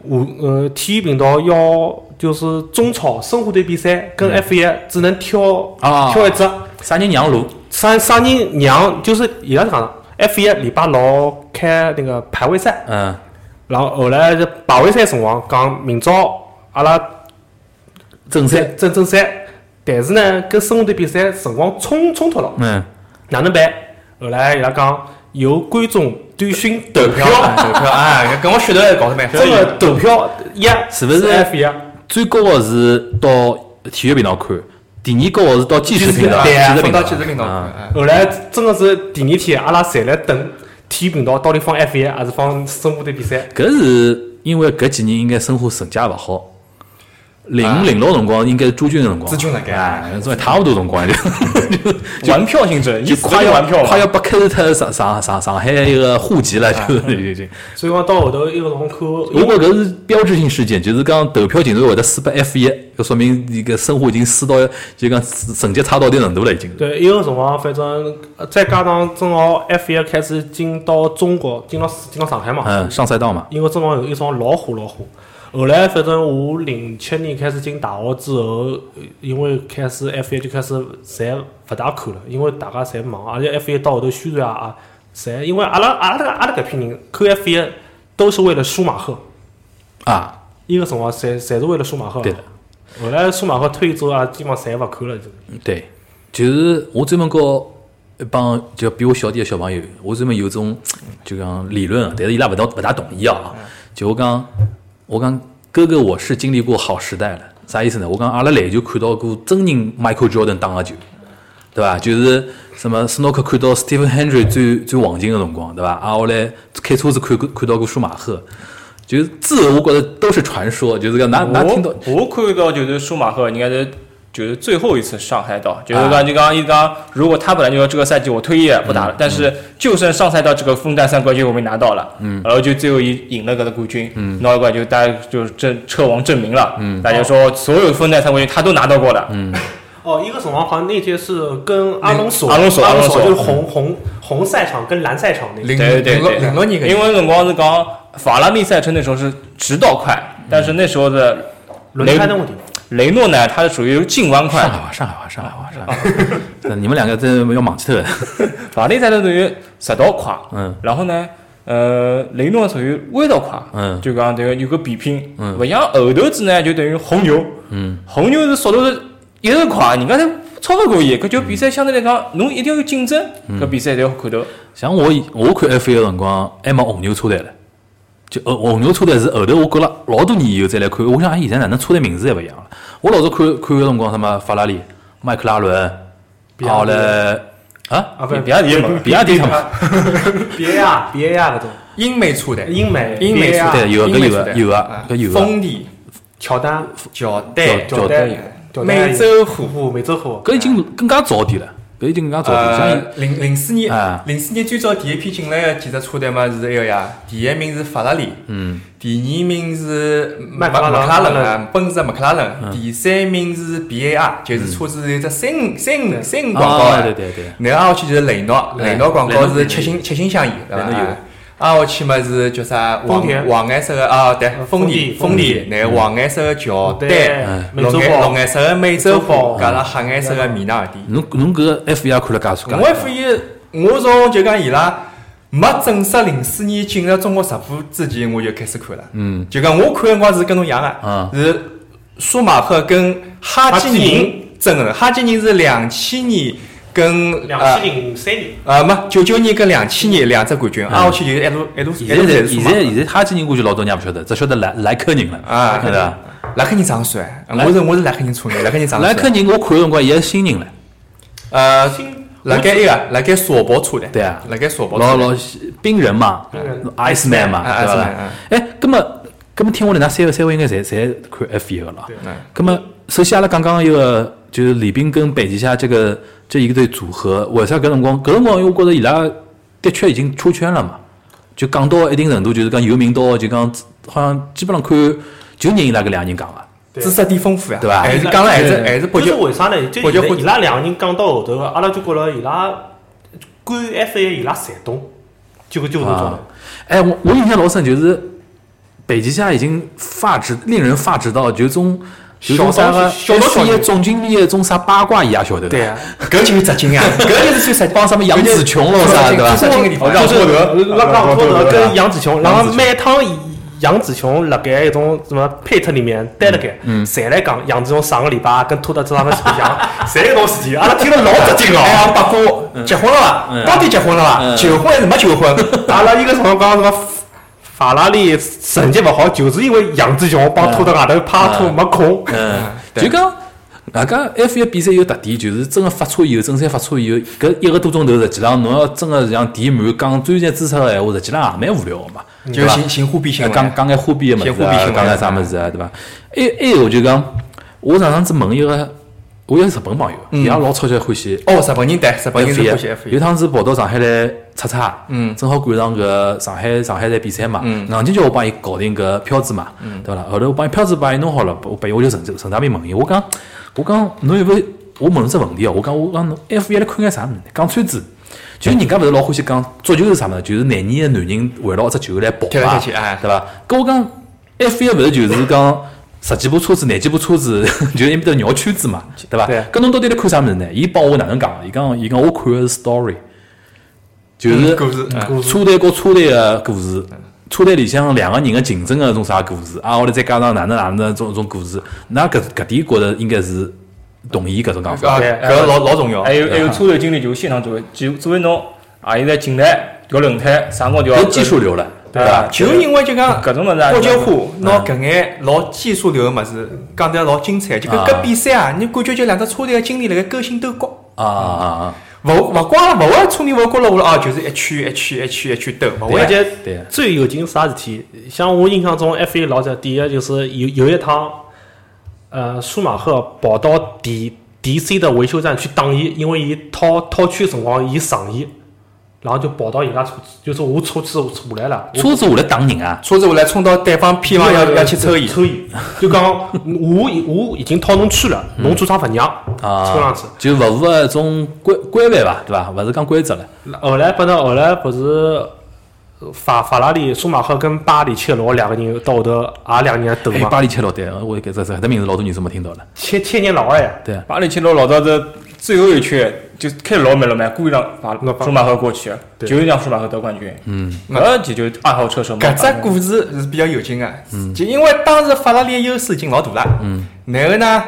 我呃体育频道要就是中超申花队比赛跟 F 一只能挑嗯啊挑一只，啥人养路？啥啥人让就是伊拉是讲 F 一礼拜六开那个排位赛，嗯，然后后来是排位赛辰光讲明朝阿拉正在赛，争争赛，但是呢跟申花队比赛辰光冲冲突了。嗯，哪能办？后来伊拉讲由观众短信投投票，投票，哎，跟我学的搞得蛮好。这个投票一是不是 F 一？最高个是到体育频道看，第二高个是到技术频道，对啊，技术放频到道，技术频道。嗯哎后来真的是第二天，阿拉侪来等体育频道到底放 F 一还是放申花队比赛？搿是因为搿几年应该生活成绩也勿好，啊零五零六辰光应该是朱军的辰光，朱军辣盖哎，总归一塌糊涂辰 *laughs* 光就玩票性质，就你快要要玩票快了。啊要被开除脱上上上上海一个户籍了，就是已经。所以讲到后头一个辰光看，如果搿是标志性事件，就是讲投票竟然会得输拨 F 一，搿说明一个生活已经输到就讲成绩差到一定程度了，已经。对一个辰光，反正呃再加上正好 F 一开始进到中国，进到进到上啊海嘛，嗯，上赛道嘛，因为正好有一双老火老火。后来反正我零七年开始进大学之后，呃因为开始 F 一就开始侪勿大看了，因为大家侪忙，而且 F 一到后头宣传啊，侪因为阿拉阿拉阿拉搿批人看 F 一都是为了舒马赫，啊，伊个辰光侪侪是为了舒马赫。对的。后来舒马赫退役之后，阿拉基本上侪勿看了。对，就是我专门告一帮就比我小点的小朋友，我专门有种就讲理论啊，但是伊拉勿大勿大同意啊。就我讲，我讲哥哥我是经历过好时代了，啥意思呢？我讲阿拉篮球看到过真人 Michael Jordan 打个球。对伐？就是什么斯诺克看到 Stephen Henry 最最黄金个辰光，对伐？啊，后来开车子看过看到过舒马赫，就是字我觉着都是传说，就是讲哪哪听到我我看到就是舒马赫应该是就是最后一次上赛道，就是讲就刚一刚，如果他本来就说这个赛季我退役不打了，但是就剩上赛道这个分站三冠军我没拿到了，嗯，然后就最后一赢了个冠军，嗯，拿冠就大家就是证车王证明了，嗯，大家说所有分站三冠军他都拿到过了，嗯，哦，一个辰光好像那届是跟阿隆索，阿隆索阿隆阿隆索就是红红红赛场跟蓝赛场那个。零对对零六对，零六年搿因为辰光是讲法拉利赛车那时候是直道快，但是那时候的轮胎的问题，雷诺呢，他是属于进弯快上，海话，上海话，上海话，上海话。那你们两个真要忘记脱。法拉利赛车属于直道快，嗯，然后呢，呃，雷诺属于弯道快，嗯就讲这个有个比拼，嗯勿像后头子呢，就等于红牛，嗯，红牛是速度是一直快，人家是超勿过伊，搿就比赛相对来讲，嗯侬一定要有竞争，搿比赛才好看头。像我以我看 F 一个辰光，还没红牛车队了。就呃红牛车队是后头，我觉了老多年以后再来看，我想哎，现在哪能车队名字还勿一样了？我老早看看个辰光，什么法拉利、迈克拉伦，亚好迪嘞啊，啊，不是比亚迪也没了比亚迪他们，别呀，别呀，搿种英美车队，英美英美别车呀队队，有啊英美搿有啊车队有啊哎搿有啊丰田、乔丹、乔乔丹、乔乔丹丹美洲洲虎，美洲虎，搿已经更加早点了。搿已经搿能介做了，像呃，零零四年啊，零四年最早第一批进来的汽车车队嘛是埃个呀，第一名是法拉利，嗯，第二名是麦克克拉拉伦伦啊，奔驰麦克拉伦，第三名是 B A R，就是车子有只三三三广告啊，啊对，对对，然后下去就是雷诺，哎雷诺广告雷是诺七星七星相依，对伐雷诺有？啊，下去嘛是叫啥丰黄田黄颜色的啊，对，丰丰田田丰田，然后黄颜色的乔丹，对，美绿洲颜豹绿颜色的美洲美洲豹，豹加上黑颜色的米纳尔蒂。侬侬搿个 F 一也看了介我多，还发现，我从就讲伊拉没正式零四年进入中国直播之前，我就开始看了。嗯，就讲我看的辰光是跟侬一样的嗯，是舒马赫跟哈基哈基宁宁争的。哈基宁是两千年跟两呃千零三年，呃，没九九年跟两千年两只冠军，嗯啊，我去就是一路一路现一路在侪是现舒马在赫现在哈基人估计老多人也勿晓得，只晓得莱莱克宁了，啊，对伐？莱克宁长得帅，呃我是我是莱啊克宁出人，莱克宁长得莱克帅。宁我看个辰光伊是新人唻，呃，新辣盖一个辣盖索博出的，对啊辣盖索博老出的老冰人嘛冰人，Ice Man 嘛，啊对 Iceman，伐啊？哎，葛么葛么听下来，㑚三个三位应该侪侪看 F 一个了啊。对嗯葛么首先阿拉讲讲一个，就是李斌跟北极虾这个这一个对组合，为啥搿辰光搿辰光因为我觉着伊拉的确已经出圈了嘛，就讲到一定程度，就是讲有名到就讲好像基本上看就认伊拉搿两个人讲个。对知识点丰富呀，对吧还是讲了还是还是就比是较为啥呢？就伯爵伊拉会伊拉两个人讲到后头，阿拉就觉着伊拉管 F 一伊拉侪懂，就搿就搿种啊了。，哎，我我印象老深，就是北极虾已经发指，令人发指到就种就种啥个小道消 F 息一总经理的种啥八卦伊也晓得，对，呀，搿就是扎金呀，搿就是最扎金。帮什么杨紫琼喽啥对吧？最扎金的地方，哦让就托是德，让让托德跟杨紫琼，然后杨紫琼每趟杨紫琼辣盖一种什么配特里面待辣盖，侪来讲杨紫琼上个礼拜跟托德上个抽奖，侪搿种事体，阿拉听了老扎劲哦。哎，八卦，结婚了嗯伐？到底结婚了伐？求婚还是没求婚？阿拉一个辰光讲什么法拉利成绩勿好，就是因为杨紫琼帮拖到外头趴拖没空。嗯，对就讲。外加 F 一比赛有特点，就是真个发车以后，正赛发车以后，搿一个多钟头，实际上侬要真个像填满讲专业知识个闲话，实际上也蛮无聊个嘛，对就伐？行行虎避嗯行哎讲讲眼花边个物事偏虎皮啊新，闻讲眼啥物事啊，对伐？还还有就讲，我上趟子问一个，我有个日本朋友，伊也老超级欢喜哦，日本人对，日本人 F 是欢喜 F 一，有一。趟子跑到上海来出差，嗯正好赶上搿上海上海站比赛嘛，嗯硬劲叫我帮伊搞定搿票子嘛，对伐？后头我帮伊票子帮伊弄好了，我拨伊我就顺顺带便问伊，我讲我讲侬有没有？我问侬只问题哦，我讲我讲侬 F 一来看眼啥物事？讲穿子。就是人家勿是老欢喜讲足球是啥物事，就是男人个男人围绕只球来跑踢来嘛，踢去哎对伐？搿我讲 F 一勿是就是讲十几部车子、廿几部车子， *laughs* 就是埃面搭绕圈子嘛，对伐？对搿侬到底辣看啥物事呢？伊帮我哪能讲？伊讲伊讲我看的是 story，就是嗯故事嗯嗯车队和车队的故事，车队里向两个人的竞争的种啥故事啊，后来再加上哪能哪能的种种故事，那搿搿点觉着应该是同意搿种讲法。啊，搿老老重要还。有还啊有车队经理就是现场指挥，指指挥侬啊，现在进来调轮胎，啥辰光啊调搿技术流了，对伐伐？就因为就讲搿种物事啊国际化，拿搿眼老技术流个物事讲得老精彩，就跟啊搿比赛啊，你感觉就两只车队个经理辣盖勾心斗角。啊啊啊！勿勿光勿会车迷勿觉着我了啊，就是一圈一圈一圈一圈斗，勿而会。且对啊呀最有劲是啥事体？像我印象中 F 一老早第一就是有有一趟，呃，舒马赫跑到 D D C 的维修站去打伊，因为伊掏掏区的辰光伊上伊，然后就跑到伊拉车子，就是我车子我下来了，我车子下来打人啊！车子下来冲到对方偏旁要要去抽伊，抽烟， *laughs* 就讲我已我已经掏侬去了，嗯侬做啥勿让？啊，抽上去。就勿符合一种规规范伐，对伐？勿是讲规则了，后来不是后来不是呃法法拉利舒马赫跟巴里切罗两个人到后头也啊两年斗哎，嘛，巴黎切老对，我搿这这搿名字老多人是没听到了。千千年老二呀，对啊，巴黎切罗老早这最后一圈就开始老慢老慢，故意让把那把舒马赫过去，对就是让舒马赫得冠军。嗯，搿就就二号车手嘛。搿只故事是比较有劲个，嗯就因为当时法拉利的优势已经老大了。然后呢，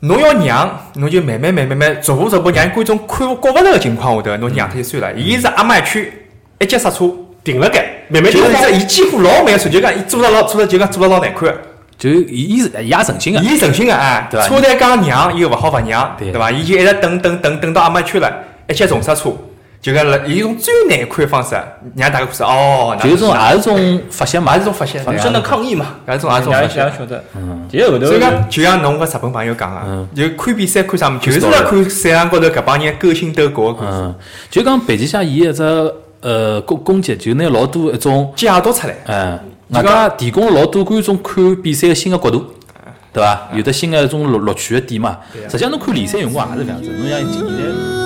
侬要让，侬就慢慢慢慢慢逐步逐步让观众看觉勿着个情况下头，侬让脱就算嗯了。伊是阿麦区一脚刹车，顶了该，慢慢就就是说伊几乎老慢速，就讲伊做了老做了就讲做了老难看。就哎伊伊是伊也诚心个，伊诚心个哎，对吧车队讲让，伊又勿好勿让，对对伐？伊就一直等等等等到阿妈去了，一脚重刹车，就讲了，以一种最难看的方式，让大家看是哦，就是种啊也是种发泄嘛，也是种发泄对啊真的抗议嘛，也是种也是啊种发人家泄。想晓得，其实后头所以讲，就像侬搿日本朋友讲啊，就看比赛看啥么，就是看辣看赛场高头搿帮人勾心斗角的故事，嗯，就讲贝吉夏伊一只呃攻攻击，就拿老多一种解读出来。嗯，外加提供了老多观众看比赛个新个角度，对伐？有的新个一种乐乐趣个点嘛。实际上侬看联赛辰光也是搿样子，侬像今现在。